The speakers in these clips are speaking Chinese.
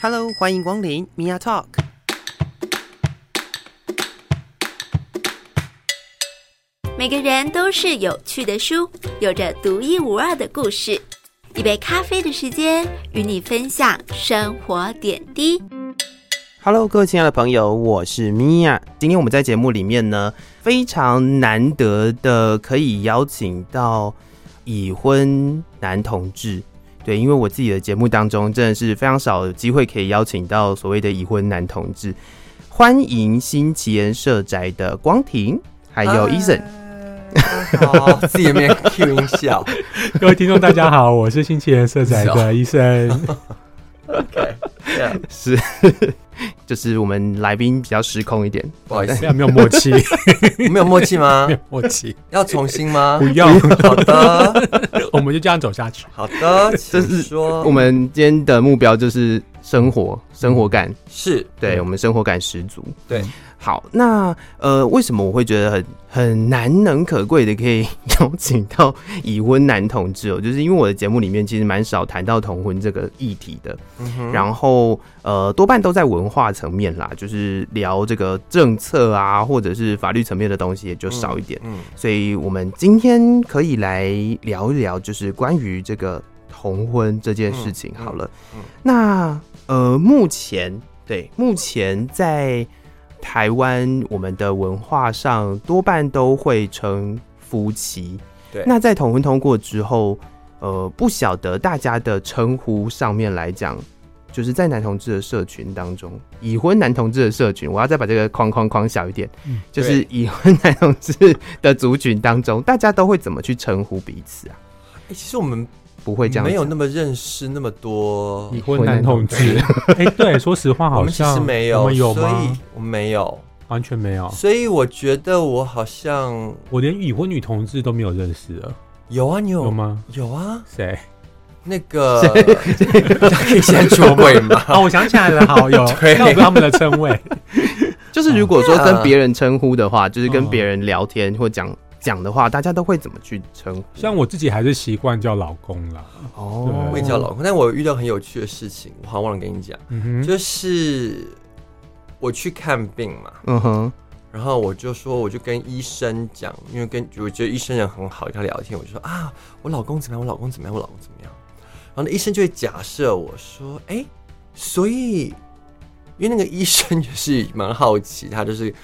Hello，欢迎光临 Mia Talk。每个人都是有趣的书，有着独一无二的故事。一杯咖啡的时间，与你分享生活点滴。 Hello，各位亲爱的朋友，我是 Mia。今天我们在节目里面呢，非常难得的可以邀请到已婚男同志。对，因为我自己的节目当中，真的是非常少有机会可以邀请到所谓的已婚男同志。欢迎新奇人社宅的光庭，还有 Eason。哎好，自己没 Q 音效。各位听众，大家好，我是新奇人社宅的医生。是， 就是我们来宾比较失控一点。不好意思非，常没有 默契，没有默契吗没？有默契，要重新吗不？要，好的，我们就这样走下去。好的，这请是说。 我们今天的目标就是生活，生活感，是对我们生活感十足。嗯对，好，那呃，为什么我会觉得很很难能可贵的可以 邀请到已婚男同志哦？就是因为我的节目里面其实蛮少谈到同婚这个议题的，嗯然后呃，多半都在文化层面啦，就是聊这个政策啊，或者是法律层面的东西也就少一点。嗯，所以我们今天可以来聊一聊，就是关于这个同婚这件事情。嗯好了，嗯那呃，目前对目前在台湾，我们的文化上多半都会称夫妻。对那在同婚通过之后，呃，不晓得大家的称呼上面来讲。就是在男同志的社群当中，已婚男同志的社群，我要再把这个框框框小一点，嗯就是已婚男同志的族群当中，大家都会怎么去称呼彼此啊？诶其实我们不会这样没有讲那么认识那么多，已婚男同志，哎，对，说实话，我好们其像实没有，我们有所以吗？我们没有，完全没有，所以我觉得我好像我连已婚女同志都没有认识了，有啊，你有有？吗？有啊，谁？那个可以先出柜吗？哦，我想起来了， 好有，对要有他们的称谓，就是如果说跟别人称呼的话，就是跟嗯别人聊天或嗯讲讲的话，大家都会怎么去称呼？像我自己还是习惯叫老公啦。哦，我也叫老公，但我遇到很有趣的事情，我好像忘了跟你讲，嗯哼，就是我去看病嘛，嗯哼，然后我就说，我就跟医生讲，因为跟我觉得医生人很好，跟他聊天，我就说啊，我老公怎么样，我老公怎么样，我老公怎么样。然后那医生就会假设我说，哎，所以，因为那个医生也是蛮好奇，他就是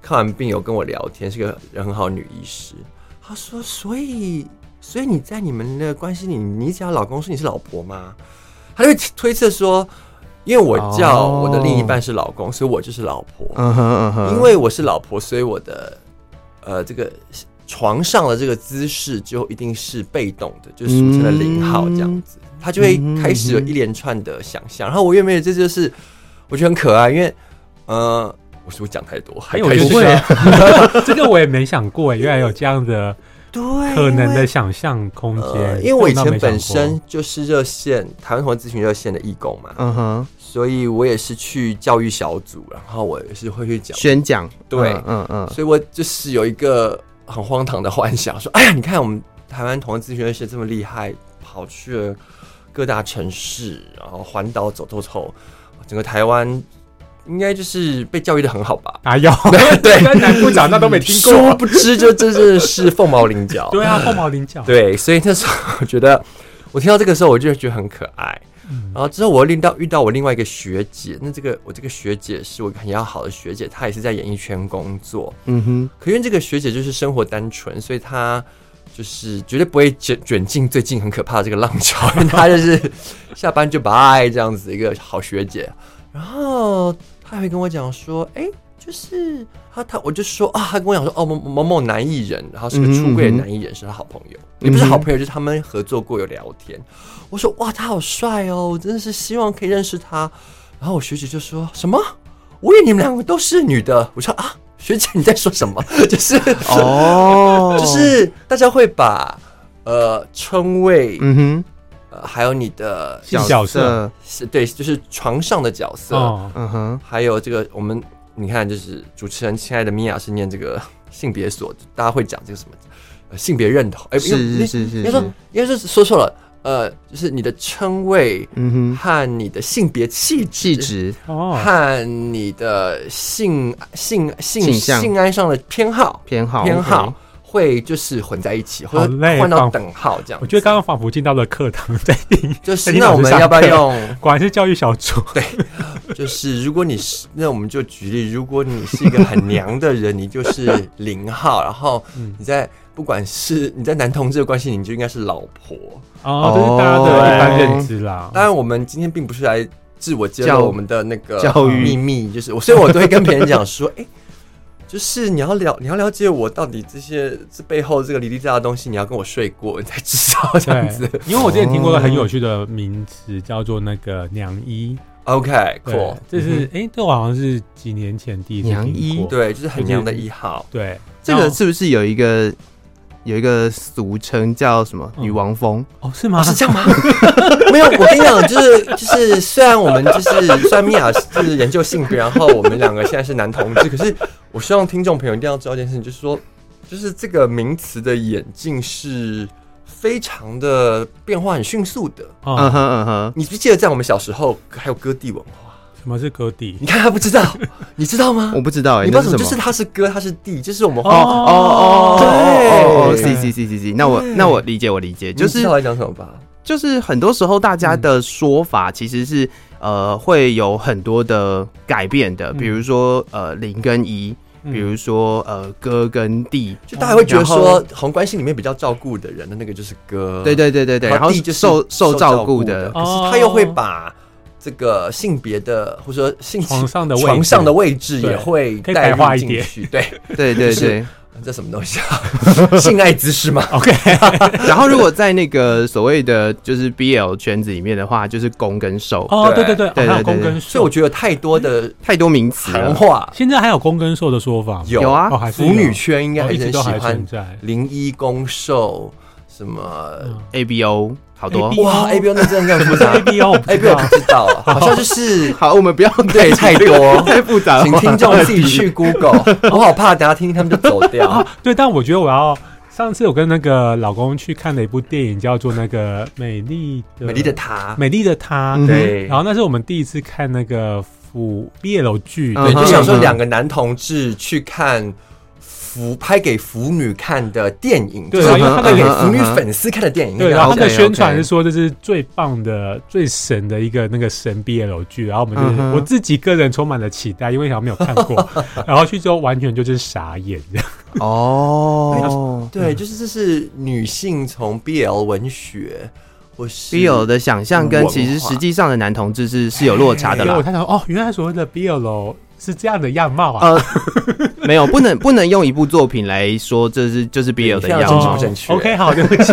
看完病有跟我聊天，是个人很好的女医师。他说，所以，所以你在你们的关系里，你只要老公说你是老婆吗？他就会推测说，因为我叫哦我的另一半是老公，所以我就是老婆。嗯哼，嗯哼，因为我是老婆，所以我的呃这个床上的这个姿势就一定是被动的，就是俗称的零号这样嗯子，他就会开始有一连串的想象。然后我越没有，这就是我觉得很可爱，因为呃，我是不是讲太多？还哎，我觉开得始这个 这个我也没想过，原来有这样的对可能。因的为想象空呃，间。因为我以这前倒没本想过身就是热线台湾同志咨询热线的义工嘛，嗯哼，所以我也是去教育小组，然后我也是会去讲宣讲，对嗯嗯嗯，所以我就是有一个很荒唐的幻想，说：哎呀，你看我们台湾同志咨询师这么厉害，跑去了各大城市，然后环岛走透透，整个台湾应该就是被教育的很好吧？哎呦，对在南部长大都没听殊过。不知就真的是凤毛麟角。对啊，凤毛麟角。，对，所以那时候我觉得，我听到这个时候我就觉得很可爱。然后之后我又遇到遇到我另外一个学姐，那这个我这个学姐是我很要好的学姐，她也是在演艺圈工作。嗯哼，可因为这个学姐就是生活单纯，所以她就是绝对不会卷卷进最近很可怕的这个浪潮，因为她就是下班就拜这样子一个好学姐。然后她还会跟我讲说，哎、就是她她我就说啊，她跟我讲说哦某某某男艺人，然后是个出柜的男艺人，是她好朋友，也不是好朋友，就是他们合作过有聊天。我说哇，他好帅哦，我真的是希望可以认识他。然后我学姐就说什么？我以为你们两个都是女的。我说啊，学姐你在说什么？ 就是、 哦， 就是大家会把呃称谓、嗯呃，还有你的性哼，角色，是对，就是床上的角色，哦，嗯哼，还有这个我们你看，就是主持人亲爱的米娅是念这个性别所，大家会讲这个什么、呃性别认同，哎、是因为是是应该是说是，，应该是说错了。呃，就是你的称谓嗯哼，和你的性别气质气质哦，和你的性性性倾向性爱上的偏好偏好偏好 OK 会就是混在一起，或好者累换到仿佛等号这样。我觉得刚刚仿佛进到了课堂在听，就是在听那老我师们上要不要课？用？果然是教育小组，就是如果你是， 那我们就举例，如果你是一个很娘的人，你就是零号，然后你在不管是你在男同志的关系，你就应该是老婆。哦，这是大家的一般认知啦。当然，我们今天并不是来自我揭教露我们的那个教育秘密，就是我， 所以我都会跟别人讲说，哎、就是你要了，你要了解我到底这些这背后这个离离杂的东西，你要跟我睡过，你才知道这样子对。，因为我之前听过一个很有趣的名词，叫做那个娘医。对 OK，cool，、这是哎，这我好像是几年前第一次娘听医过对，就是很娘的一号。对，这个然后是不是有一个有一个俗称叫什么嗯女王风？哦是吗？是这样吗？啊 没有，我跟你讲，就是就是，虽然我们就是虽然米娅是研究性别，然后我们两个现在是男同志，可是我希望听众朋友一定要知道一件事情，就是说，就是这个名词的演进是非常的变化很迅速的。嗯哦，哼嗯哼，你不记得在我们小时候还有割地文化？什么是割地你？看他不知 道，你知道吗我？不知道哎，你不那知道什什么？就是么？它是割，它是地，就是我们哦哦哦，对哦哦，对是是是是是，那我那我理解我理解，就你是知道在讲什么哦吧？就是很多时候大家的说法其实是、呃会有很多的改变的，嗯比如说呃零跟一，嗯比如说呃哥跟弟，就大家会觉得哦然后说，宏观性里面比较照顾的人的那个就是割，对对对对对，然然后后弟就是受受照顾顾的，可哦是他又会把这个性别的或者说性床上的位置床上的位置也对会可以白带入话一进点去，对，对对对是。这什么东西啊？性爱姿势吗？ ？OK，然后如果在那个所谓的就是 BL 圈子里面的话，就是攻跟受，哦，对对对对，哦对对还有对公对跟 所以受我，觉得有太多的太多名词谈了。话现在还有公跟受的说法吗，有有啊哦，还是腐有女圈应该哦还一是直很喜都还欢存在。零一攻受什么？嗯 A B O 好多 ABO 哇，A B O 那真的更 复杂 A 哎 B O ，A B O 不知道，啊好 像就是好，我们不要对太多太复杂了，请听众自己去 Google，我好怕等下听他们就走 掉。对，但我觉得我要上次我跟那个老公去看了一部电影，叫做那个《美丽的美丽的她，美丽的她》 嗯对，然后那是我们第一次看那个腐 BL 剧，嗯对，哼就想说两个男同志去看腐拍给腐女看的电影，对就是因为他们给嗯腐哼女嗯哼粉丝看的电影。对，那个然后他们 OK，OK 的宣传是说这是最棒的、最神的一个那个神 BL 剧，然后我们就是、嗯哼我自己个人充满了期待，因为好像没有看 过，然后去之后完全就是傻眼这样。哎哦。嗯对，就是这是女性从 BL 文学或是 BL 的想象跟文化其实实际上的男同志是是有落差的然后哎啦我。看到哦，原来所谓的 BL 是这样的样貌啊。呃，没有，不能不能用一部作品来说这是就是 BL 的非样常正貌常，正确哦 OK，好，对不起，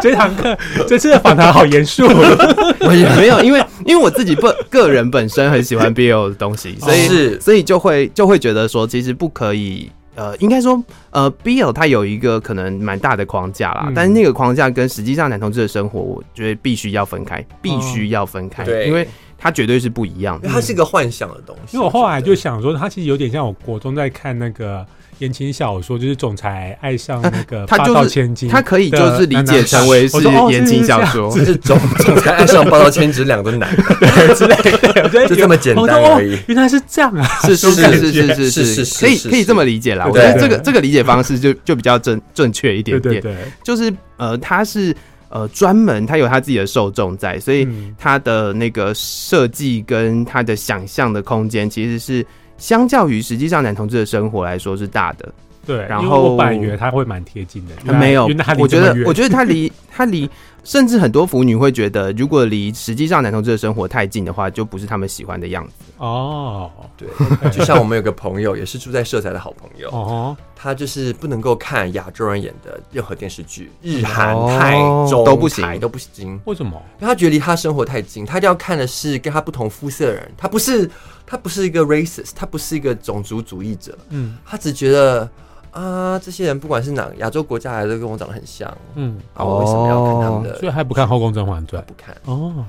这堂课这次的访谈好严肃。 我也没有，因为因为我自己不个人本身很喜欢 BL 的东哦西，所以是所以就会就会觉得说，其实不可以。呃，应该说，呃，BL 它有一个可能蛮大的框架啦，嗯但是那个框架跟实际上男同志的生活，我觉得必须要分开，必须要分开，对因为它绝对是不一样因为的。它是一个幻想的东西。嗯因为我后来觉就得想说，它其实有点像我国中在看那个言情小说，就是总裁爱上那个啊他霸就是道千金的它男可男以主角，就是理解成为是我说哦言情小说，是这种总裁爱上霸道千只两个男的，之类 的，我在觉就得这么简单我说哦而已原来是这样啊！是是这种是感觉是是是是是可以是可以这么理解啦。对我觉得对这个这个理解方式就就比较正正确一点对对点，对，就是呃，它是呃专门它有它自己的受众在，所以嗯它的那个设计跟它的想象的空间其实是。相较于实际上男同志的生活来说是大的，对。然因为我后本来以为他会蛮贴近的，原来没有原来他，离我觉这么得远我觉得他离他离，甚至很多腐女会觉得，如果离实际上男同志的生活太近的话，就不是他们喜欢的样子。哦对，就像我们有个朋友，也是住在社宅的好朋友，哦，他就是不能够看亚洲人演的任何电视剧，日韩、哦泰、中都不行台都不行。为什么？因为他觉得离他生活太近，他一定要看的是跟他不同肤色的人。他不是他不是一个 racist，他不是一个种族主义者，嗯他只觉得啊，这些人不管是哪亚洲国家来的，都跟我长得很像，嗯，啊，我为什么要看他们所的？以哦还不看《后宫甄嬛传不看，》哦，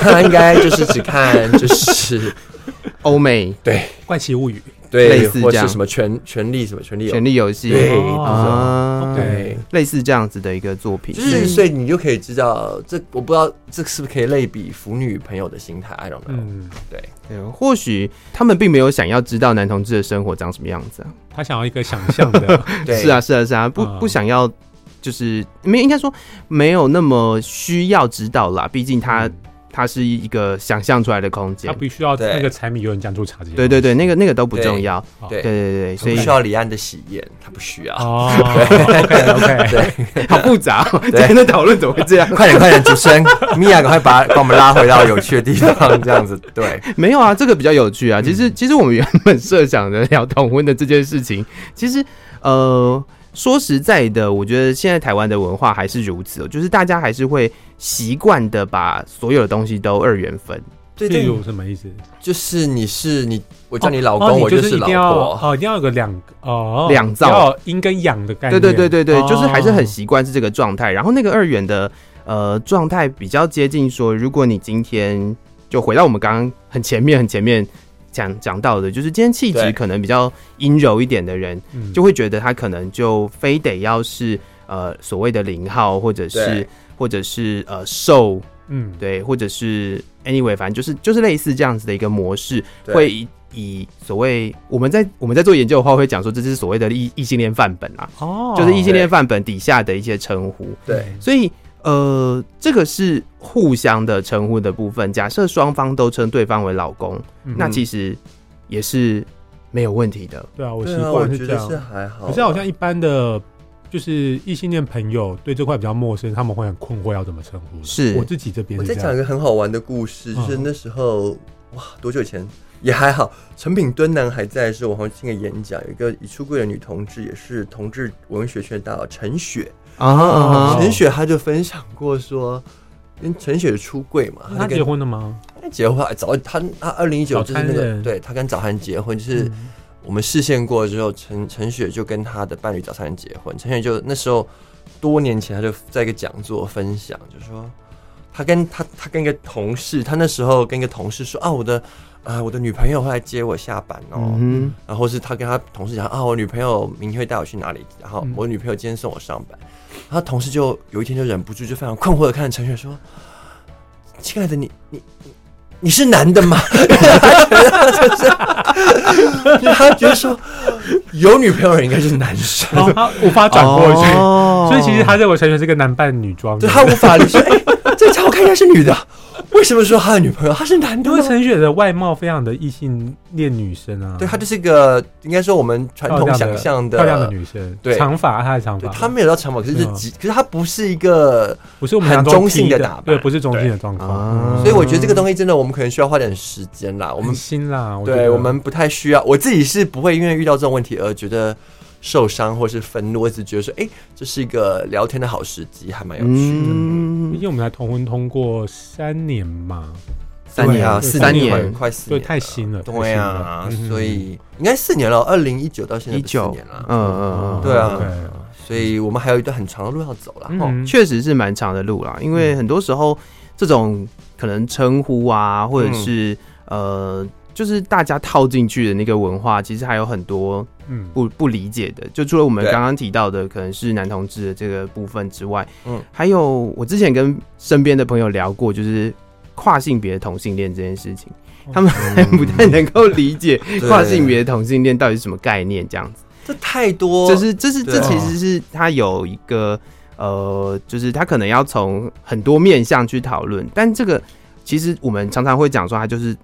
他应该就是只看就是 欧美对《怪奇物语》对，类似或这样是什么权权力什么权力有权力游戏对，哦啊，对，类似这样子的一个作品，就是所以你就可以知道这我不知道这是不是可以类比腐女朋友的心态，I don't know，、嗯，对，对，或许他们并没有想要知道男同志的生活长什么样子啊。他想要一个想象 的，对是啊，是啊，是啊，不嗯不想要，就是没应该说没有那么需要指导啦。毕竟它嗯它是一个想象出来的空他间。必须要对那个柴米油盐酱醋茶这些东西。对对对，那个那个都不重要。对对对对，所不以需要李安的喜宴，他不需要。哦，OK OK，对， 好复杂 哦，今对天的讨论怎么会 这样？快点快点，主持人米娅，赶快把把我们拉回到有趣的地方，这样子。对，没有啊，这个比较有趣啊。其实，嗯其实我们原本设想的聊同婚的这件事情，其实呃，说实在的，我觉得现在台湾的文化还是如此哦，就是大家还是会习惯的把所有的东西都二元分。对例对，如什么意思？就是你是你，我叫你老哦公，你我就是一老定要婆。哦，一定要有个两哦两造要有阴跟阳的概对念。对对对对，哦就是还是很习惯是这个状态。然后那个二元的呃状态比较接近说，如果你今天就回到我们刚刚很前面很前面讲讲到的，就是今天气质对可能比较阴柔一点的人，嗯就会觉得他可能就非得要是呃所谓的零号，或者是对或者是呃瘦，嗯对，或者是 anyway，反正就是就是类似这样子的一个模式，对会以以所谓我们在我们在做研究的话，会讲说这是所谓的异异性恋范本啊，哦，就是异性恋对范本底下的一些称呼，对所以。呃，这个是互相的称呼的部分。假设双方都称对方为老公，嗯那其实也是没有问题的。对啊，我习对啊惯我是觉这得是样。还好。可是好像一般的，就是异性恋朋友对这块比较陌生，他们会很困惑要怎么称呼。是我自己这边我是再这讲样。一嗯个很好玩的故事，就是那时候哇，多久以前也还好，陈炳敦男还在的时候，我好像听个演讲，有一个已出柜的女同志，也是同志文学圈的大佬陈雪，啊哈啊哈哦陈雪她就分享过说，因为陈雪出柜嘛，他她就结跟婚了吗？她结婚早她她二零一九早就是那餐个人对她跟早涵结婚，就是嗯我们视线过了之后，陈陈雪就跟她的伴侣早餐结婚，陈雪就那时候多年前，她就在一个讲座分享，就说她跟她她跟一个同事，她那时候跟一个同事说啊，我的啊、我的女朋友会来接我下班哦，嗯然后是她跟她同事讲啊，我女朋友明天会带我去哪里，然后嗯我女朋友今天送我上班，然后同事就有一天就忍不住就非常困惑的看着陈雪说，亲爱的你你。你你是男的 吗？他觉得说，有女朋友的人应该是男生，哦，他无法转过去，哦所以其实他认为陈雪是个男扮女装的对。他无法理解。哎、这家伙看起来是女的，为什么说他的女朋友他是男的因吗为？陈雪的外貌非常的异性恋女生啊，对，他就是一个应该说我们传漂统亮想象的漂亮的女生，对长发，她的长对发，他没有到长发，可是是对啊极，可是他不是一个，不是我们很想象中中性的踢打扮对，不是中性的状况，啊嗯所以我觉得这个东西真的我们可能需要花点时间啦。我很们新啦，我觉对得我们不太需要，我自己是不会因为遇到这种问题而觉得受伤或是愤怒，我只觉得说，哎、这是一个聊天的好时机，还蛮有趣的。毕嗯，竟我们才同婚通过三年嘛，三年啊，对四三年年快四对，年，太新了，嗯对啊太，新了所以应该四年了，二零一九到现在一不是四九年，嗯了，嗯嗯，对啊对所以我们还有一段很长的路要走了。哦，嗯，确实是蛮长的路啦。因为很多时候这种可能称呼啊，或者是呃，就是大家套进去的那个文化，其实还有很多嗯不不理解的。就除了我们对刚刚提到的，可能是男同志的这个部分之外，嗯嗯，还有我之前跟身边的朋友聊过，就是跨性别同性恋这件事情，他们还不太能够理解嗯对跨性别同性恋到底是什么概念，这样子。 这太多，这是这是这对啊其实是他有一个呃，就是他可能要从很多面向去讨论，但这个其实我们常常会讲说，它就是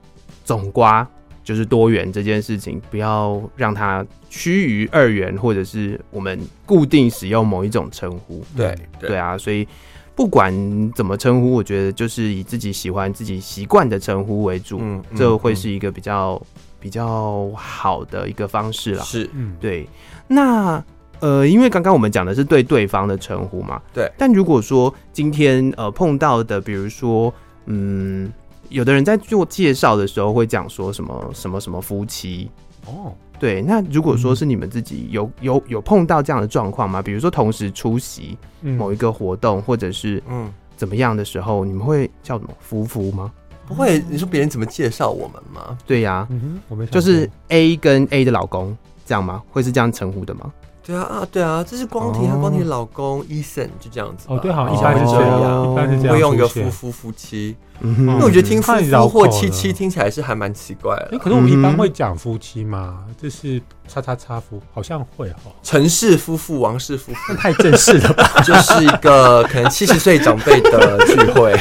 总瓜，就是多元这件事情，不要让它趋于二元，或者是我们固定使用某一种称呼。嗯对对，啊，所以不管怎么称呼，我觉得就是以自己喜欢、自己习惯的称呼为主，嗯这会是一个比较比较好的一个方式啦。是嗯对对，那呃，因为刚刚我们讲的是对对方的称呼嘛，对。但如果说今天呃碰到的，比如说嗯，有的人在做介绍的时候会讲说什么什么什么夫妻，哦，对。那如果嗯说是你们自己有有有碰到这样的状况吗？比如说同时出席嗯某一个活动，或者是嗯，怎么样的时候，你们会叫什么夫妇吗？不会，你说别人怎么介绍我们吗？对呀、嗯哼，我没想就过是 A 跟 A 的老公这样吗？会是这样称呼的吗？对啊啊，对啊，这是光庭和哦光庭老公 Eason 就这样子吧。啊哦，对，好像哦一般是这哦样，一般是这样出现。会用一个夫夫夫妻，嗯哼，因为我觉得听夫太绕夫口或了妻妻听起来是还蛮奇怪诶的。可是我们一般嗯会讲夫妻嘛，就是叉叉叉夫，好像会哦。陈氏夫妇、王氏夫妇那太正式了吧？就是一个 可能七十岁长辈的聚 会，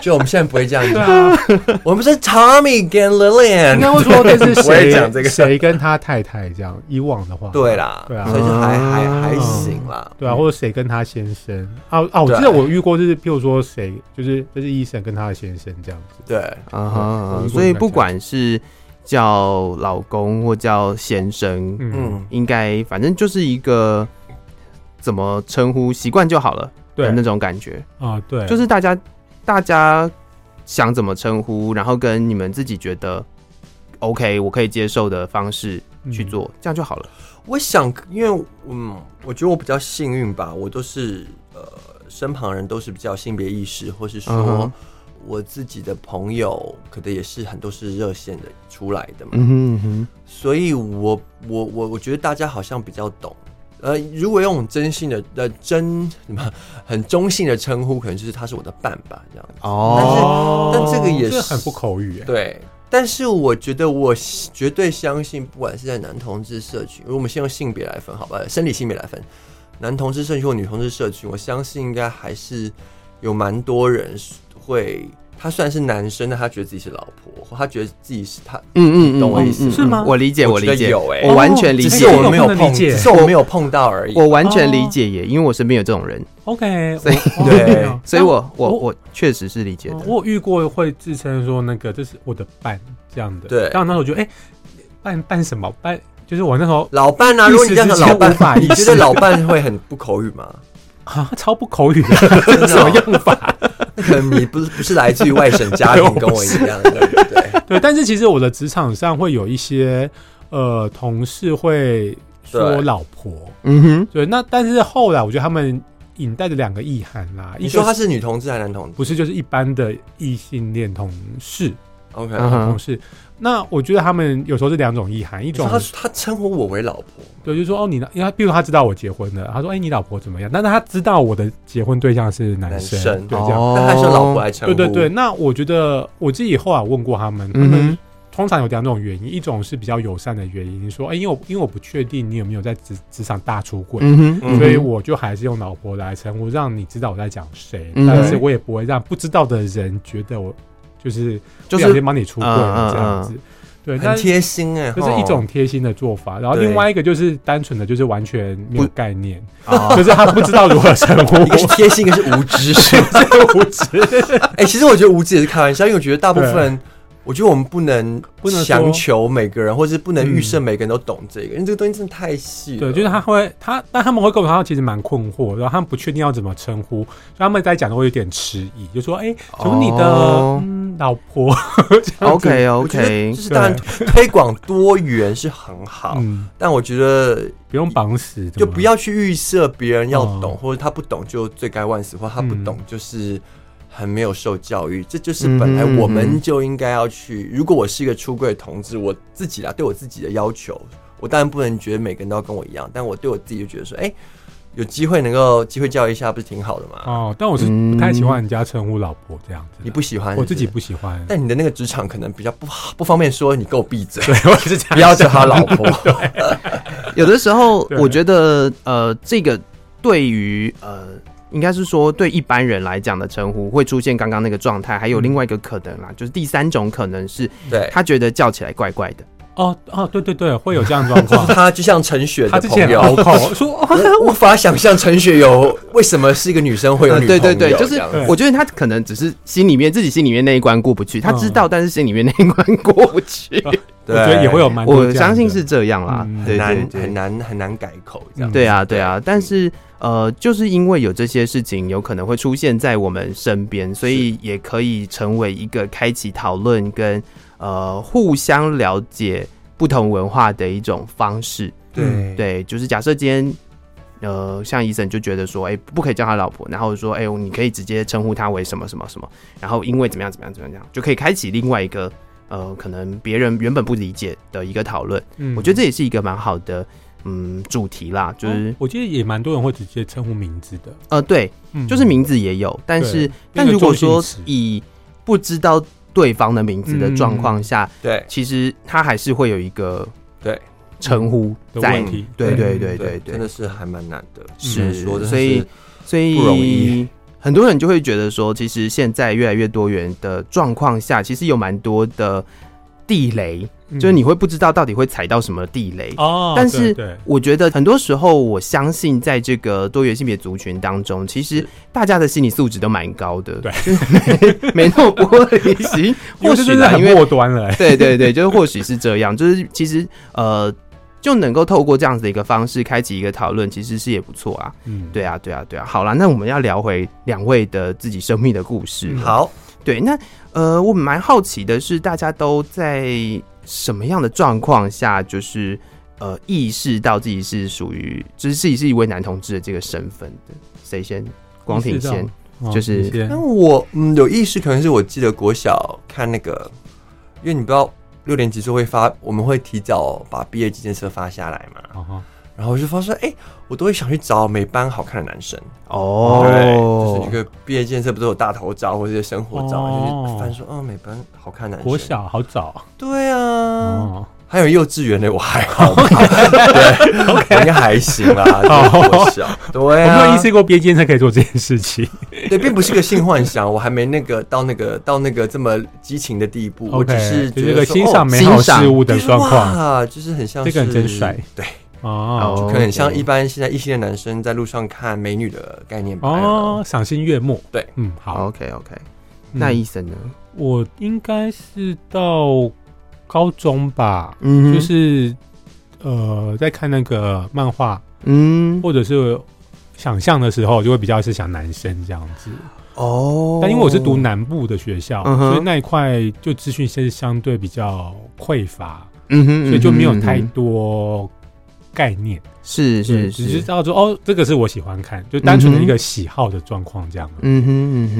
就我们现在不会这样对讲，啊，我们是 Tommy 跟应该 Lillian。会说这是 我也谁讲这个谁跟他太太这样。以往的话，对啦，对啊所以就还还还嗯行啦。对啊，或者谁跟他先生啊啊！我记对得我遇过，就是譬如说谁，就是就是医生跟他的先生这样子。对，啊哈，嗯所以不管是叫老公或叫先生，嗯，嗯，应该反正就是一个怎么称呼习惯就好了对的那种感觉，啊，对，就是大家大家想怎么称呼，然后跟你们自己觉得 OK 我可以接受的方式去嗯。做，这样就好了。我想，因为嗯，我觉得我比较幸运吧，我都是呃，身旁人都是比较性别意识，或是嗯说哼我自己的朋友，可能也是很多是热线的出来的嘛，嗯哼嗯哼，所以我我我我觉得大家好像比较懂。呃，如果用真性的呃真什么很中性的称呼，可能就是他是我的伴吧，这样哦，但这个也这是很不口语欸。对。但是我觉得我绝对相信，不管是在男同志社群，如果我们先用性别来分，好吧，生理性别来分，男同志社群或女同志社群，我相信应该还是有蛮多人会，他虽然是男生，但他觉得自己是老婆，或他觉得自己是他，嗯嗯嗯，懂我意思嗯嗯是吗我理解，我我觉得理解，有欸我完全理只解，是我们没有这个我碰，不能理解只是我没有碰到而已。我完全理解哦耶，因为我身边有这种人， o k 所以对哦所以我我我我确实是理解的。哦我有遇过会自称说那个这是我的伴这样的。对当然那时候我觉得，哎，伴伴什么伴？就是我那时候老伴啊，如果你这样的一时之老间无法伴，你意识觉得老伴会很不口语 吗？啊，超不口语 的，真的什么哦，用法？那可能你不是不是来自于外省家对庭， 我跟我一样的，对不对？对，但是其实我的职场上会有一些呃同事会说对老婆，嗯哼，对，那但是后来我觉得他们引带着两个意涵啦，一你个说他是是女同志还是男同志不是就是一般的异性恋同事？OK，嗯同哼，事？那我觉得他们有时候是两种意涵，一你说种他他称呼我为老婆，对，就是说哦，你的，因为他比如他知道我结婚了，他说哎、你老婆怎么样？但是他知道我的结婚对象是男生，男生对这哦样。但他是老婆来称对呼，对对，，那我觉得我自己后来问过他们，他嗯们哼，通常有两种原因，一种是比较友善的原因，说，哎、因为我因为我不确定你有没有在职职场大出轨，嗯哼，嗯所以我就还是用老婆来称呼，让你知道我在讲谁，嗯但是我也不会让不知道的人觉得我就是就不小心是嗯帮你出轨了这样子。对，很但贴心哎，这是一种贴心的做法，然后对另外一个就是单纯的，就是完全没有不概念，哦 就是他不知道如何称呼吼。啊 一个是贴心，一个是无知。 无知， 哎，其实我觉得无知也是开玩笑，因为我觉得大部分人。我觉得我们不能不能说嗯强求每个人，或是不能预设每个人都懂这个，因为这个东西真的太细了。对，就是他会他，但他们会跟我说，他其实蛮困惑，然后他们不确定要怎么称呼，所以他们在讲的会有点迟疑，就说：“哎、从你的、哦嗯、老 婆，OK 我觉得 OK，就是当然推广多元是很好，嗯，但我觉得不用绑死，就不要去预设别人要懂，哦嗯或者他不懂就罪该万死，或他不懂就是很没有受教育。这就是嗯哼本来我们嗯就应该要去。如果我是一个出柜同志，我自己啦，对我自己的要求，我当然不能觉得每个人都要跟我一样，但我对我自己就觉得哦说，哎、有机会能够机会教育一下，不是挺好的吗？哦。但我是不太喜欢人家称呼老婆这样子的，你不喜欢我自己是是不喜欢，嗯但你的那个职场可能比较不好，不方便说，你给我闭嘴，对， 我是这样，不要叫他 老婆。有的时候对我觉得呃，这个对于呃。应该是说，对一般人来讲的称呼会出现刚刚那个状态，还有另外一个可能啦，啊就是第三种可能是对，他觉得叫起来怪怪的，哦哦，对对对，会有这样的状就是况。 他就像陈雪他的之朋前友，熬口说哦我 无法想象陈雪有为什么是一个女生会有呃女朋对友这对样对，子、就是对我觉得他可能只是心里面自己心里面那一关过不去，他知道，但是心里面那一关过不去。我觉得也会有蛮多这我样的相信是这样啦嗯，对很对对嗯难很难很难改口这样。嗯对啊，对啊，但是呃，就是因为有这些事情有可能会出现在我们身边，所以也可以成为一个开启讨论跟呃互相了解不同文化的一种方式。对对，就是假设今天呃，像医生就觉得说，哎、不可以叫他老婆，然后说，哎、你可以直接称呼他为什么什么什么，然后因为怎么样怎么样怎么样，就可以开启另外一个呃，可能别人原本不理解的一个讨论。嗯我觉得这也是一个蛮好的嗯主题啦，就是、哦我觉得也蛮多人会直接称呼名字的，呃，对，嗯就是名字也有，但是对但如果说一个中性词嗯以不知道对方的名字的状况下，对其实他还是会有一个对称呼嗯的在问，题，对对对对对真对，的是还蛮难的，是只能说真的所以是所以不容易很多人就会觉得说，其实现在越来越多元的状况下，其实有蛮多的地雷，嗯就是你会不知道到底会踩到什么地雷。哦，但是对对我觉得很多时候，我相信在这个多元性别族群当中，其实是大家的心理素质都蛮高的，对就是没，没 那么玻璃心。 因或为这许真的啦，因为很末端了、欸， 对对对，就是或许是这样，就是其实呃，就能够透过这样子的一个方式开启一个讨论，其实是也不错啊。嗯，对啊，对啊，对啊。好啦，那我们要聊回两位的自己生命的故事。嗯好，对，那呃，我蛮好奇的是，大家都在什么样的状况下，就是呃，意识到自己是属于，就是自己是一位男同志的这个身份的？谁先？光意庭识到先。哦就是你先那我嗯有意识，可能是我记得国小看那个，因为你不知道六年级就会发，我们会提早把毕业纪念册发下来嘛，哦哈然后我就发现，哎、我都会想去找每班好看的男生，哦，对，就是一个毕业纪念册不都有大头照或者是生活照，哦就是翻说，哦，每班好看的男生，国，小好早对啊，嗯哦，还有幼稚园的我还好 吧，对，我应该还行啦，就是国小，对哦我啊，没有意识过边界才可以做这件事情。对，并不是个性幻想，我还没那个到那个到那个这么激情的地步，我 OK，只是就觉是得个说欣赏哦美好欣赏事物的就是状况哇，就是很像这个人是真帅，对，哦就可能像 OK 一般现在异性恋男生在路上看美女的概念哎吧。哦，赏心悦目。对，嗯，好， OK OK，那医嗯生呢？我应该是到高中吧，嗯就，是呃，在看那个漫画嗯，或者是想象的时候，就会比较是想男生这样子。哦，但因为我是读南部的学校，嗯哼所以那一块就资讯是相对比较匮乏，嗯哼，嗯哼，所以就没有太嗯哼多概念。是对嗯是只知是，道说哦，这个是我喜欢看，就单纯的一个喜好的状况这样。嗯哼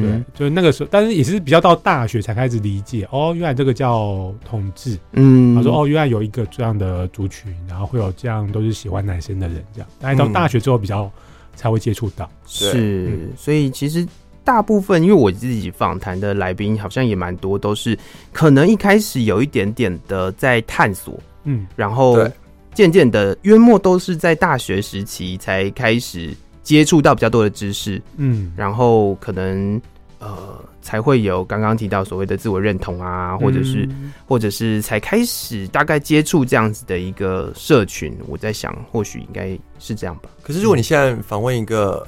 对嗯，就那个时候，但是也是比较到大学才开始理解哦，原来这个叫同志。哼，嗯，他说哦，原来有一个这样的族群，然后会有这样都是喜欢男生的人这样。大概到嗯大学之后比较才会接触到。是，所以其实大部分，因为我自己访谈的来宾好像也蛮多，都是可能一开始有一点点的在探索，嗯，然后对渐渐的约莫都是在大学时期才开始接触到比较多的知识，嗯，然后可能呃才会有刚刚提到所谓的自我认同啊，或者是、嗯或者是才开始大概接触这样子的一个社群，我在想或许应该是这样吧。可是如果你现在访问一个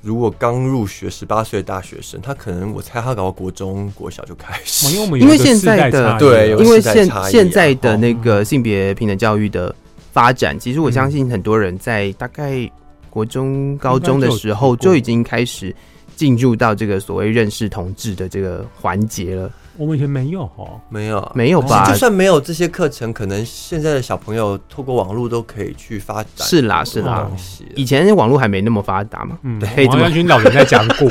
如果刚入学十八岁的大学生，他可能我猜他搞到国中国小就开哦因为始。我们因为有一个现世在代的差异对了有因为时代现差异啊现在的那个性别平等教育的发展，其实嗯我相信很多人在大概国中、高中的时候应该就有听过就已经开始进入到这个所谓认识同志的这个环节了，啊我们以前没有哦。没有啊，没有吧就？算没有这些课程，可能现在的小朋友透过网络都可以去发展。是啦，是啦哇，东西了以前网络还没那么发达嘛，嗯，对王这么家军老人在讲 过，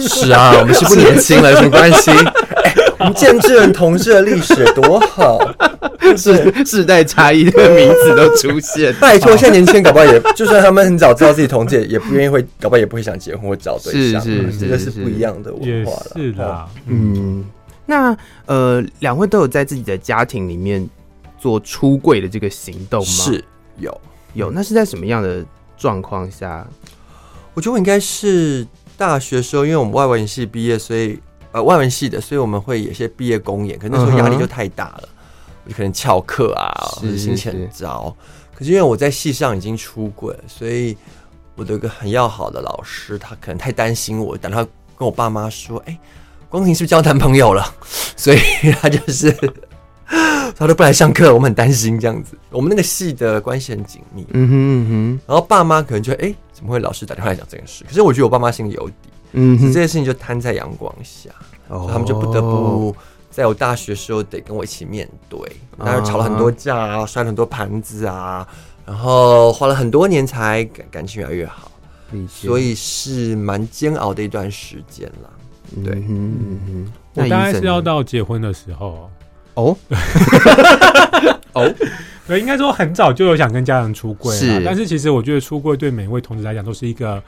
是啊，我们是不年轻了，有什么关系？哎我们见证同志的历史多好，。世世代差异的名词都出现 拜托，现在年轻人搞不好也，就算他们很早知道自己同志，也不愿意会，搞不好也不会想结婚或找对象，是是这个是是是不一样的也文化了。是哦，啦。嗯，嗯，那呃，两位都有在自己的家庭里面做出柜的这个行动吗？是有，有，那是在什么样的状况下？我觉得我应该是大学时候，因为我们外文系毕业，所以呃外文系的，所以我们会有一些毕业公演，可那时候压力就太大了，我就可能翘课啊，嗯是或者心情是很糟。可是因为我在系上已经出轨，所以我的一个很要好的老师，他可能太担心我，等他跟我爸妈说：“哎、光庭是不是交男朋友了？” 所以他就是 他都不来上课，我们很担心这样子。我们那个系的关系很紧密，嗯哼嗯然后爸妈可能觉得，哎、怎么会老师打电话来讲这件事？可是我觉得我爸妈心里有底，哼嗯可是哼这，些事情就摊在阳光下，所以他们就不得哦不在我大学时候得跟我一起面对，然后吵了很多架啊，摔了很多盘子啊，然后花了很多年才感感情越来越好，理解所以是蛮煎熬的一段时间啦。对嗯哼嗯哼，我那大概医生是呢要到结婚的时候，哦，对，应该说很早就有想跟家人出柜了是，但是其实我觉得出柜对每位同志来讲都是一个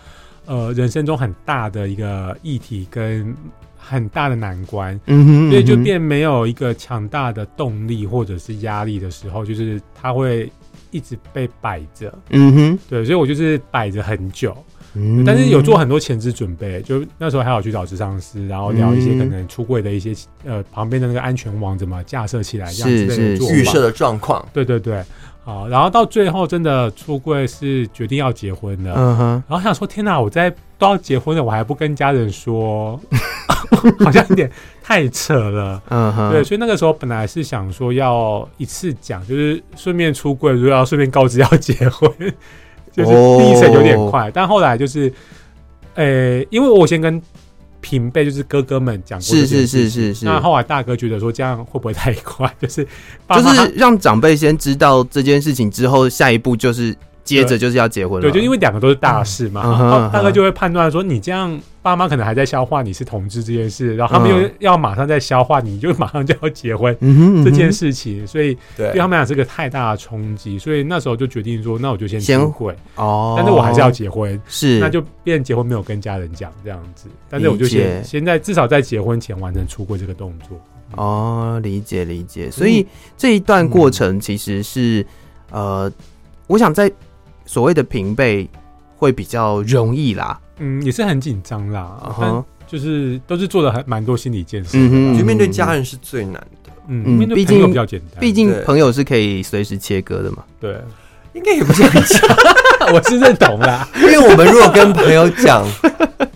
呃人生中很大的一个议题跟很大的难关，嗯哼，所以就嗯哼变没有一个强大的动力或者是压力的时候，就是他会一直被摆着，嗯哼对，所以我就是摆着很久，嗯，但是有做很多前置准备，就那时候还有去找智商师，然后聊一些嗯可能出柜的一些呃旁边的那个安全网怎么架设起来这样是之类是的做预法设的状况，对对对，好，然后到最后真的出柜是决定要结婚的，嗯哼，然后想说天哪，我在都要结婚了，我还不跟家人说， 好像有点太扯了。嗯哼，对，所以那个时候本来是想说要一次讲，就是顺便出柜，如果要顺便告知要结婚，就是哦第一层有点快，但后来就是，呃，因为我先跟平辈就是哥哥们讲过这是件是事是情，是是，那后来大哥觉得说这样会不会太快，就是爸就妈是让长辈先知道这件事情之后，下一步就是接着就是要结婚了，对，就因为为两个都是大事嘛，嗯然后嗯大嗯概就会判断说，你这样爸妈可能还在消化你是同志这件事，然后他们嗯又要马上在消化，你就马上就要结婚嗯哼这件，事情，所以对对他们俩是个太大的冲击，所以那时候就决定说，那我就先先哦出轨，嗯哼哦，但是我还是要结婚，是，那就变结婚没有跟家人讲这样子，但是我就理解先先在至少在结婚前完成出轨这个动作，哦，理解理解，所以这一段过程其实是、呃，我想在所谓的平辈会比较容易啦，嗯，也是很紧张啦，啊但哈，就是都是做了很蛮多心理建设的嗯啦，其哼实面对家人是最难的，嗯，嗯面对毕朋友竟比较简单，毕竟对朋友是可以随时切割的嘛，对。 应该也不是很 我是认同啦，因为我们如果跟朋友讲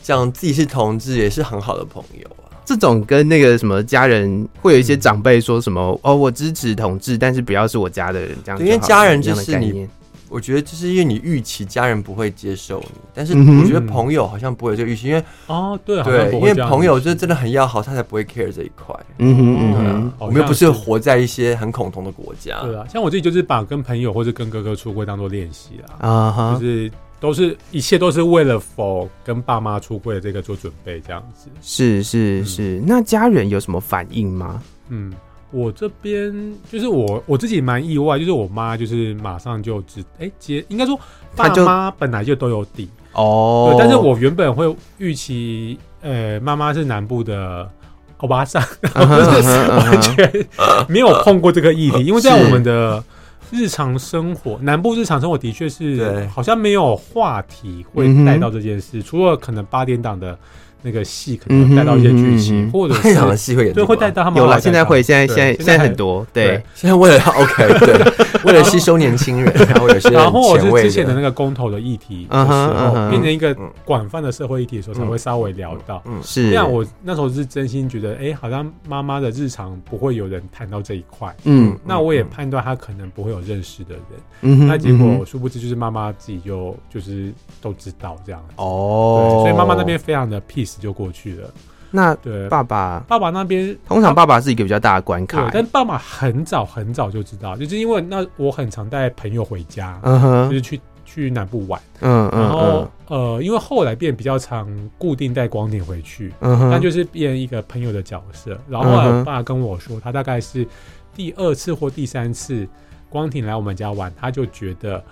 讲自己是同志，也是很好的朋友啊。这种跟那个什么家人会有一些长辈说什么、哦，我支持同志，但是不要是我家的人这样好了，对因为家人就是这样的概你念我觉得就是因为你预期家人不会接受你，但是嗯哼我觉得朋友好像不会有这个预期，因为哦，对，好像对，不因会为这样朋友就是真的很要好，他才不会 care 这一块。嗯哼嗯对啊哼，好我们又不是像活在一些很恐同的国家，对啊，像我自己就是把跟朋友或者跟哥哥出柜当做练习啦，啊就哈，是都是一切都是为了否跟爸妈出柜的这个做准备这样子。是是是，嗯那家人有什么反应吗？嗯，我这边就是我我自己蛮意外，就是我妈就是马上就知，哎、接应该说她爸就妈本来就都有底，哦对，，但是我原本会预期，呃，妈妈是南部的欧巴桑， 嗯哼嗯哼嗯完哼全没有碰过这个议题，因为在嗯是我们的日常生活，南部日常生活的确是对好像没有话题会带到这件事，嗯除了可能八点档的那个戏可能会带到一些剧嗯哼嗯哼情，或者太想的是戏会演这对个会带到他们有啦，话题现在会，现在现对在现在现在很还多，对，现在为了 OK 对，为了吸收年轻人，然后有些然后或者前是卫之前的那个公投的议题的嗯时哼嗯候，哼变成一个嗯广泛的社会议题的时候，才会稍微聊到。嗯，是。这样我那时候是真心觉得，哎、好像妈妈的日常不会有人谈到这一块，嗯那我也判断她可能不会有认识的人，嗯哼，那结嗯果哼殊不知就是妈妈自己就就是都知道这样，对，哦，所以妈妈那边非常的 peace 就过去了，那对，爸爸爸爸那边。通常爸爸是一个比较大的关对卡，，欸但爸爸很早很早就知道，就是因为那我很常带朋友回家，嗯就哼，是去去南部玩，嗯然嗯后、呃，因为后来变比较常固定带光点回去，嗯哼，但就是变一个朋友的角色。然后后来嗯哼我爸跟我说，他大概是第二次或第三次光庭来我们家玩，他就觉得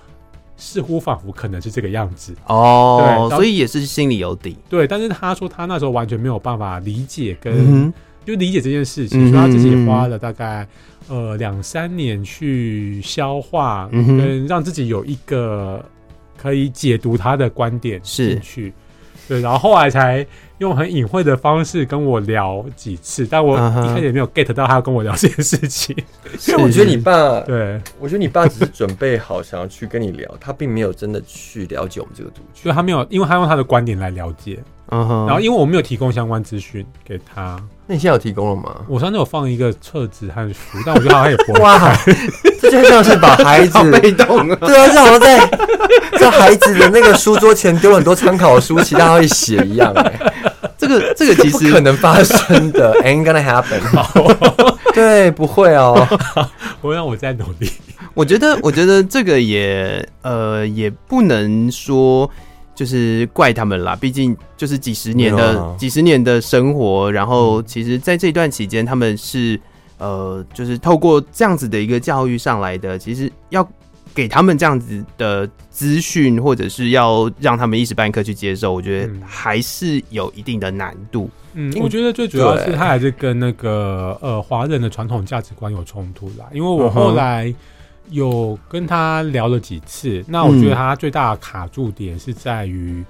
似乎仿佛可能是这个样子。对然哦后，所以也是心里有底，对，但是他说他那时候完全没有办法理解跟、嗯哼，就理解这件事嗯情，哼所以他自己也花了大概呃两三年去消化，嗯哼跟让自己有一个可以解读他的观点是进去。对，然后后来才用很隐晦的方式跟我聊几次，但我嗯哼一开始也没有 get 到他要跟我聊这件事情。因为我觉得你爸， 对，我觉得你爸只是准备好想要去跟你聊，他并没有真的去了解我们这个族 群。就他没有，因为他用他的观点来了解，嗯哼，然后因为我没有提供相关资讯给他，那你现在有提供了吗？我上次有放一个册子和书，但我觉得好像也不 会哇，这就像是把孩 子好被动啊， 对啊，这好像在在孩子的那个书桌前丢了很多参考书，其他他会写一样、欸，这个这个其不可实 能发生的，ain't gonna happen。对，不会哦。我让我再努力。我觉得， 我觉得这个也呃也不能说就是怪他们啦，毕竟就是几十年没的、有啊几十年的生活，然嗯后其实在这段期间，他们是呃就是透过这样子的一个教育上来的，其实要。给他们这样子的资讯，或者是要让他们一时半刻去接受，我觉得嗯还是有一定的难度。嗯，因为我觉得最主要是对它还是跟那个呃华人的传统价值观有冲突啦。因为我嗯哼后来有跟他聊了几次，那嗯我觉得他最大的卡住点是在于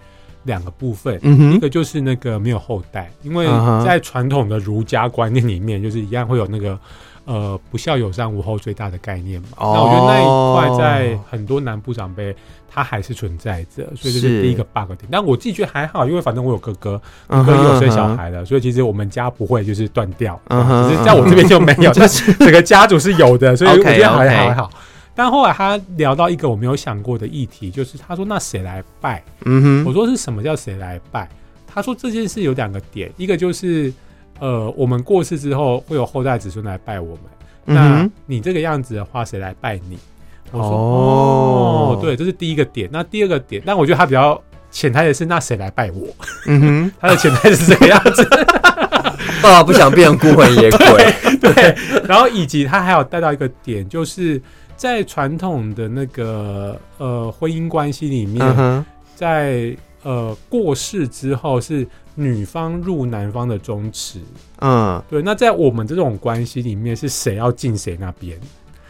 两个部分。嗯一哼，个就是那个没有后代，因为嗯哼在传统的儒家观念里面，就是一样会有那个呃不孝有三无后最大的概念嘛。哦那我觉得那一块在很多南部长辈他还是存在着，所以是这是第一个 bug 点。但我自己觉得还好，因为反正我有哥哥，嗯哥哼有生小，孩了，所以其实我们家不会就是断掉，嗯哼只是在我这边就没 有，但是整个家族是有的，所以我觉 OK，OK 得还好还好。但后来他聊到一个我没有想过的议题，就是他说那谁来拜？嗯我哼，说是什么叫谁来拜？他说这件事有两个点，一个就是呃我们过世之后会有后代子孙来拜我们，嗯那哼，你这个样子的话，谁来拜你？我说哦哦，对，这是第一个点。那第二个点，但我觉得他比较潜台词是那谁来拜我？嗯哼。 他的潜台词是这个样子。爸爸不想变成孤魂野鬼， 对，然后以及他还有带到一个点，就是在传统的那个呃婚姻关系里面，嗯哼，在呃过世之后是女方入男方的宗祠。嗯，对，那在我们这种关系里面，是谁要进谁那边？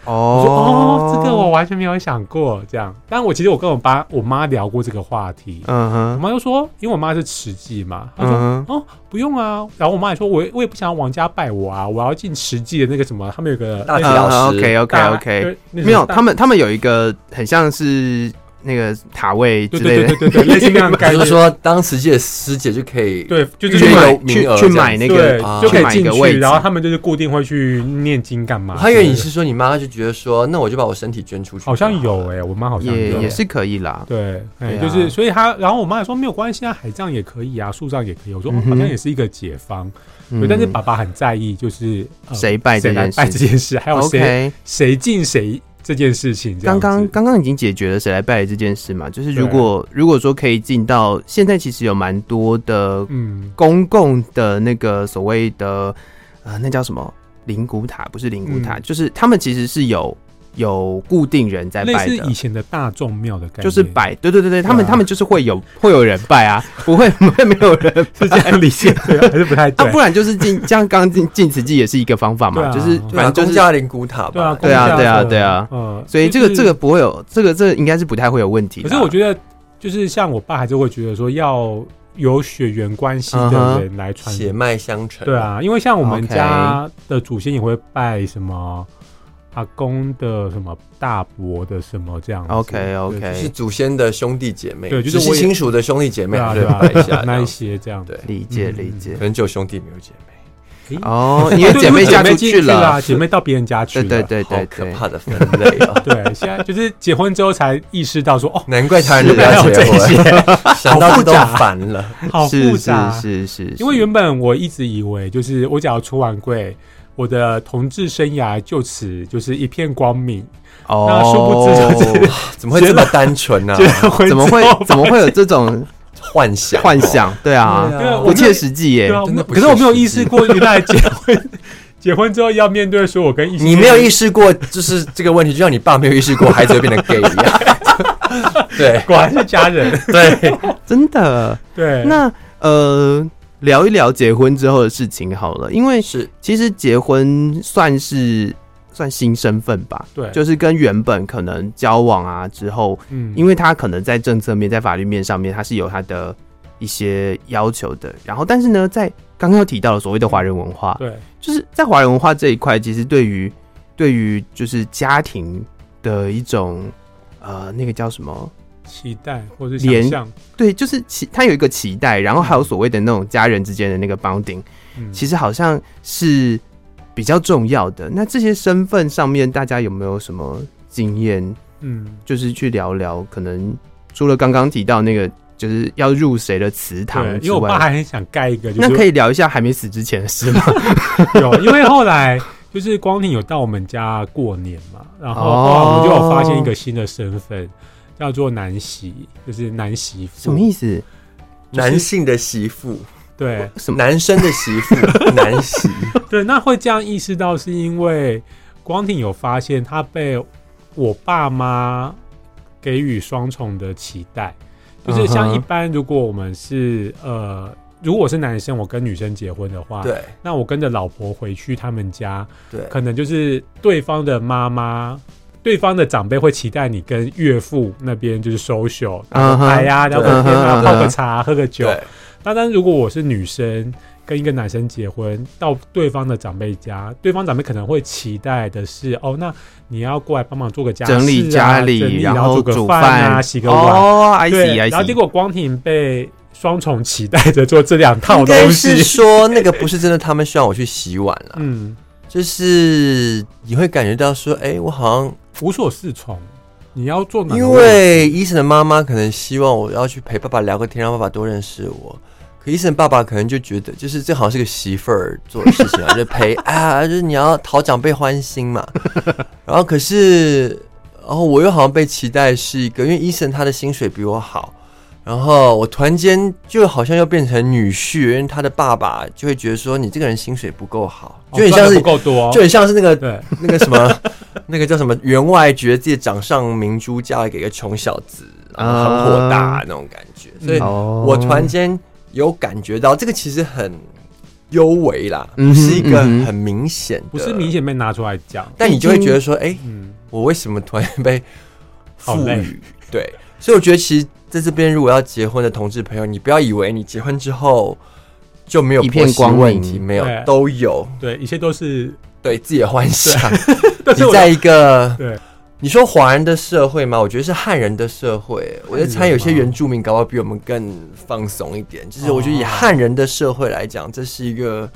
我说哦哦，这个我，完全没有想过这样。但我其实我跟我爸、我妈聊过这个话题，嗯我哼，妈就说，因为我妈是慈济嘛，她说、嗯哼，哦，不用啊。然后我妈也说，我也我也不想要王家拜我啊，我要进实际的那个什么，他们有个大那家个老师 OK OK 大 OK，对呃那个啊没有，大他们他们有一个很像是那个塔位之对类对的对，对对，类似那样的概就念，是 说当慈济的师姐就可以对，就是去去买有名额去去这样买那对个，啊就可去买以一进个位去，置然后他们就是固定会去念经干嘛我之类的。还以为你是说你妈就觉得说，那我就把我身体捐出去。好像有哎、我妈好像啊也有也是可以啦。对，哎、对啊就是，所以他，然后我妈也说没有关系啊，海葬也可以啊，树葬也可以。我说、哦嗯哼好像也是一个解方，嗯对。但是爸爸很在意，就是、呃谁拜这谁来件拜这事件事，还有谁？OK，谁进谁这件事情这样刚子。刚刚刚已经解决了谁来拜这件事嘛，就是如对果如果说可以进到现在，其实有蛮多的嗯，公共的那个所谓的呃，那叫什么灵骨塔？不是灵骨塔，嗯就是他们其实是有有固定人在类拜似以的。前的大众庙的概念，就是拜，对对对对，他们、对啊他们就是会有会有人拜啊，不会 不会没有人是这样理解对啊，还是不太 啊，对不？然就是进像刚刚进进慈济也是一个方法嘛，对啊就是对啊，反正就公是家灵骨塔吧。对啊，对啊公家对啊的对啊嗯，所以这个、就是这个不会有这个这个应该是不太会有问题可啦。是我觉得，就是像我爸还是会觉得说要有血缘关系嗯的哼人来传血脉相承。对，啊，因为像我们家的祖先也会拜什么阿公的什么大伯的什么这样子。 OK，OK 对是哎祖先的兄弟姐妹，对就是直系我也亲属的兄弟姐妹，对啊对对拜啊一下，， 那这一样些这样对子。理解嗯理解可。能只有兄弟没有姐妹，哦，因为姐妹对嫁出进去了，啊，姐妹到别人家去对了。对对好对可对，怕的分类啊！对现在就是结婚之后才意识到说，哦， 难怪台湾人不还要有结啊这婚， 些，想到就都好复杂烦了。好是复是杂。是是，因为原本我一直以为，就是我只要出完柜，我的同志生涯就此就是一片光明。那殊不知 就是哦怎么会这么单纯呢？结了婚啊怎么之后会发怎么会有这种幻想，幻，想？对啊对，对啊不切实际耶对啊，我真没有的不可是我没有切实意识际过，原来结婚 结婚之后要面对说我跟异性，你没有意识过，就是这个问题，就像你爸没有意识过孩子会变成 gay 一样。 对果然是家 人。对，真的。对，那呃，聊一聊结婚之后的事情好了，因为是其实结婚算是算新身份吧，对，就是跟原本可能交往啊之后，嗯因为他可能在政策面、在法律面上面，他是有他的一些要求的。然后，但是呢，在刚刚有提到的所谓的华人文化，对就是在华人文化这一块，其实对于对于就是家庭的一种呃那个叫什么？期待或是连想象，对，就是期他有一个期待，然后还有所谓的那种家人之间的那个 bonding，嗯其实好像是比较重要的。那这些身份上面，大家有没有什么经验？嗯，就是去聊聊，可能除了刚刚提到那个，就是要入谁的祠堂对，因之为我爸外，还很想盖一个，就那是 可以聊一下还没死之前的事吗？有，因为后来就是光庭有到我们家过年嘛，然哦后后来我们就有发现一个新的身份，叫做男媳，就是男媳妇。什么意思？男性的媳妇，对什么？男生的 媳妇，男媳，对，那会这样意识到，是因为光庭有发现他被我爸妈给予双重的期待，就是嗯像哼一般，如果我们是呃，如果我是男生，我跟女生结婚的话，，对那我跟着老婆回去他们家，对，可能就是对方的妈妈。对方的长辈会期待你跟岳父那边就是 social 打嗯个哼牌呀，聊个天啊，嗯哼泡个茶，喝个酒，对那但如果我是女生跟一个男生结婚，到对方的长辈家，对方长辈可能会期待的是，哦，那你要过来帮忙做个家、事啊整理家里整理然然后后做煮个饭啊，饭洗个碗。哦，I 对， see I 然后结 see。果光庭被双重期待着做这两套应东该是西，说那个不是真的，他们希望我去洗碗啦，嗯，就是你会感觉到说，哎、我好像无所适从。你要做哪个因位置？为医生的妈妈可能希望我要去陪爸爸聊个天，让爸爸多认识我。可医生爸爸可能就觉得，就是这好像是个媳妇儿做的事情啊，就陪啊，就是你要讨长辈欢心嘛。然后可是，然后我又好像被期待是一个，因为医生他的薪水比我好，然后我突然间就好像又变成女婿，因为他的爸爸就会觉得说你这个人薪水不够好，哦就很赚像得是不够多，就很像是那个对，那个什么， 那个叫什么，员外觉得自己掌上明珠嫁给一个穷小子，然后啊很火大那种感觉，所以哦我突然间有感觉到这个其实很幽微啦，嗯哼不是一个嗯哼很明显的，不是明，显被拿出来讲。但你就会觉得说，哎、嗯，我为什么突然被好赋累予？对，所以我觉得其实在这边，如果要结婚的同志朋友，你不要以为你结婚之后就没有一片婆媳光明问题，没有对都有，对，一切都是， 对自己的幻想。但是你我在一个对你说华人的社会吗？我觉得是汉人的社会。我在猜有些原住民搞不好比我们更放松一点。就是我觉得以汉人的社会来讲，这是一个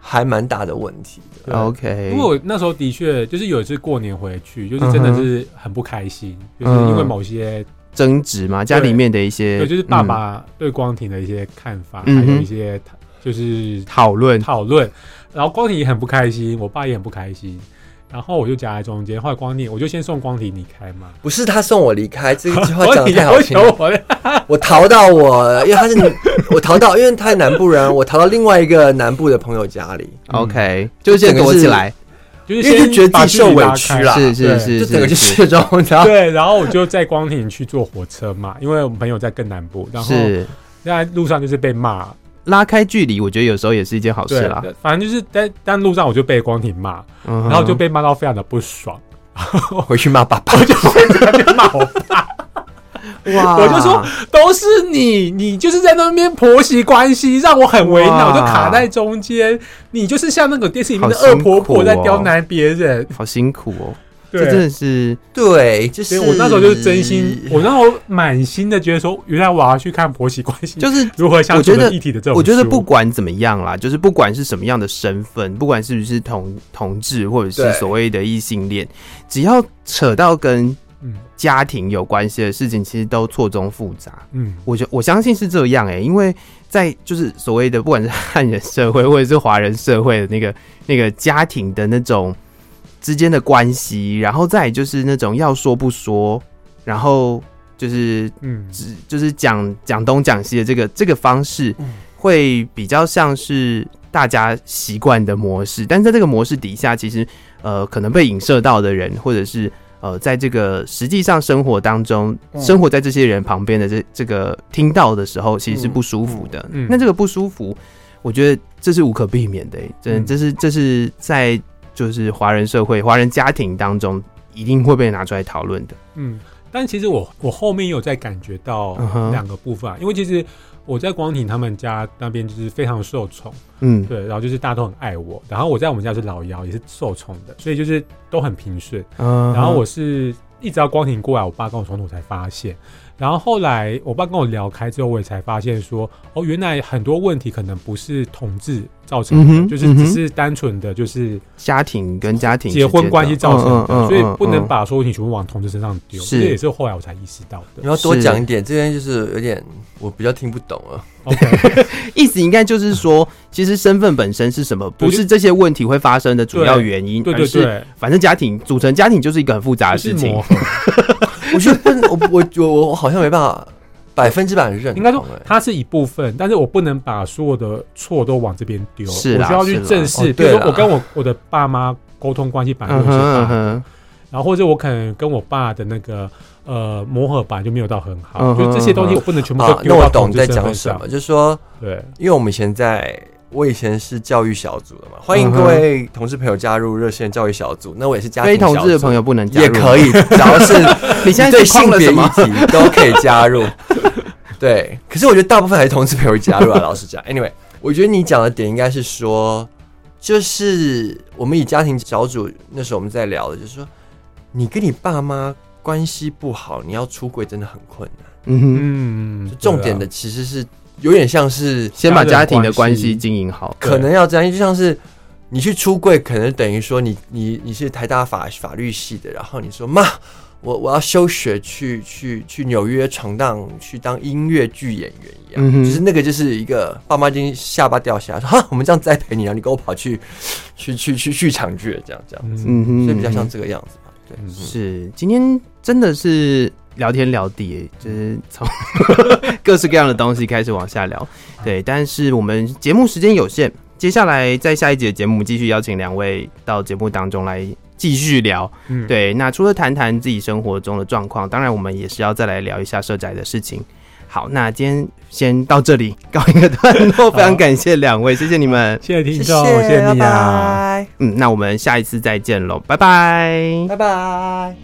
还蛮大的问题的。对 OK，因为我那时候的确就是有一次过年回去，嗯就是真的是很不开心，嗯哼就是因为某些争执嘛，家里面的一些对，就是爸嗯爸对光庭的一些看法，嗯哼还有一些他就是嗯讨论，讨论，然后光庭也很不开心，我爸也很不开心。然后我就夹在中间，后来光庭我就先送光庭离开 嘛。不是他送我离开， 这句话光讲的庭太好要听求了。我，我逃到我，因为他是我逃到，因为他是南部人，我逃到另外一个南部的朋友家里， OK，就是嗯先躲起来，就是因为就先觉得把自己受距离委拉屈开啦是是对是就整是个就是卸妆，然后对，然后我就在光庭去坐火车嘛，因为我们朋友在更南部，然后是在路上就是被骂，拉拉开距离，我觉得有时候也是一件好事对啦。，嗯反正就是在但路上我就被光庭骂，然然后就被骂到非常的不爽， 回去骂爸爸。骂我哇，我就说都是你，你就是在那边婆媳关系让我很为难，哇我就卡在中间。你就是像那个电视里面的好恶辛苦婆婆在哦刁难别人，好辛苦哦，这真对。的是 对，就所是以我那时候就是真心，我那时候满心的觉得说，原来我要去看婆媳关系就是如何相处我觉的得一体的这种书。我觉得不管怎么样啦，就是不管是什么样的身份，不管是不是同同志或者对是所谓的异性恋，只要扯到跟嗯家庭有关系的事情，其实都错综复杂。嗯，我觉我相信是这样哎、因为在就是所谓的不管是汉人社会或者是华人社会的那个那个家庭的那种之间的关系，然后再来就是那种要说不说，然后就是嗯，只就是讲讲东讲西的这个这个方式嗯，会比较像是大家习惯的模式，但在这个模式底下，其实呃，可能被影射到的人，或者是呃，在这个实际上生活当中，嗯生活在这些人旁边的这这个听到的时候，其实是不舒服的。嗯嗯那这个不舒服，我觉得这是无可避免的、欸，这嗯这是这是在就是华人社会、华人家庭当中。一定会被拿出来讨论的，嗯，但其实我我后面有在感觉到嗯哼两个部分、啊，因为其实我在光庭他们家那边就是非常受宠，嗯，对，然后就是大家都很爱我，然后我在我们家是老幺，也是受宠的，所以就是都很平顺。嗯然后我是一直到光庭过来，我爸跟我冲突才发现，然后后来我爸跟我聊开之后，我也才发现说，哦，原来很多问题可能不是统治造成的，嗯哼就是嗯哼只是单纯的就是家庭跟家庭结婚关系造成嗯的，所以不能把把所有问题全部往同志身上丢。是这也是后来我才意识到你的。要多讲一点，这边就是有点我比较听不懂啊。 OK，意思应该就是说，其实身份本身是什么，不是这些问题会发生的主要原因，对而对是对，反正家庭组成家庭就是一个很复杂的不事是情磨。合， 我觉得不能，我我我我好像没办法百分之百认同、应该说哎它是一部分，但是我不能把所有的错都往这边丢，是我啦需要去是啦正哦视。比对如说啦我跟我我的爸妈沟通关系本来嗯就是哼嗯差的，哼，然后或者我可能跟我爸的那个呃磨合本来就没有到很好，嗯哼就这些东西我不能全部啊都，那丢我到懂统在治身讲份什上。么，就是说，对，因为我们以前在。我以前是教育小组的嘛，欢迎各位同事朋友加入热线教育小组。那我也是家庭非同小志的组朋友不能加入也可。以， 只要是你现在对是性框了别什议么？题都可以加入。对，可是我觉得大部分还是同志朋友加入啊。老实讲，anyway，我觉得你讲的点应该是说，就是我们以家庭小组那时候我们在聊的，就是说，你跟你爸妈关系不好，你要出柜真的很困难。嗯哼，嗯就重啊点的其实是有点像是先把家家人庭的关关系系经营好。可能要这样，就像是你去出柜，可能等于说你你你是台大法法律系的，然后你说妈，我我要休学去去去纽约闯荡，去当音乐剧演员一样，嗯哼就是那个就是一个爸妈已经下巴掉下来说哈，我们这样栽培你，然后你给我跑去 去去去剧场去了，这样这样，对啊，嗯嗯哼，所以比较嗯像哼这个样子吧。对，嗯是今天真的是聊天聊地耶，就是从 各式各样的东西开始往下聊。嗯对，但是我们节目时间有限，接下来在下一集的节目，我们继续邀请两位到节目当中来继续聊。嗯，对，那除了谈谈自己生活中的状况，当然我们也是要再来聊一下社宅的事情。好，那今天先到这里告一个段 落，非常感谢两位，谢谢你们。谢谢听谢众，谢啊谢，谢拜你啊。拜，嗯，那我们下一次再见喽，拜拜。拜拜。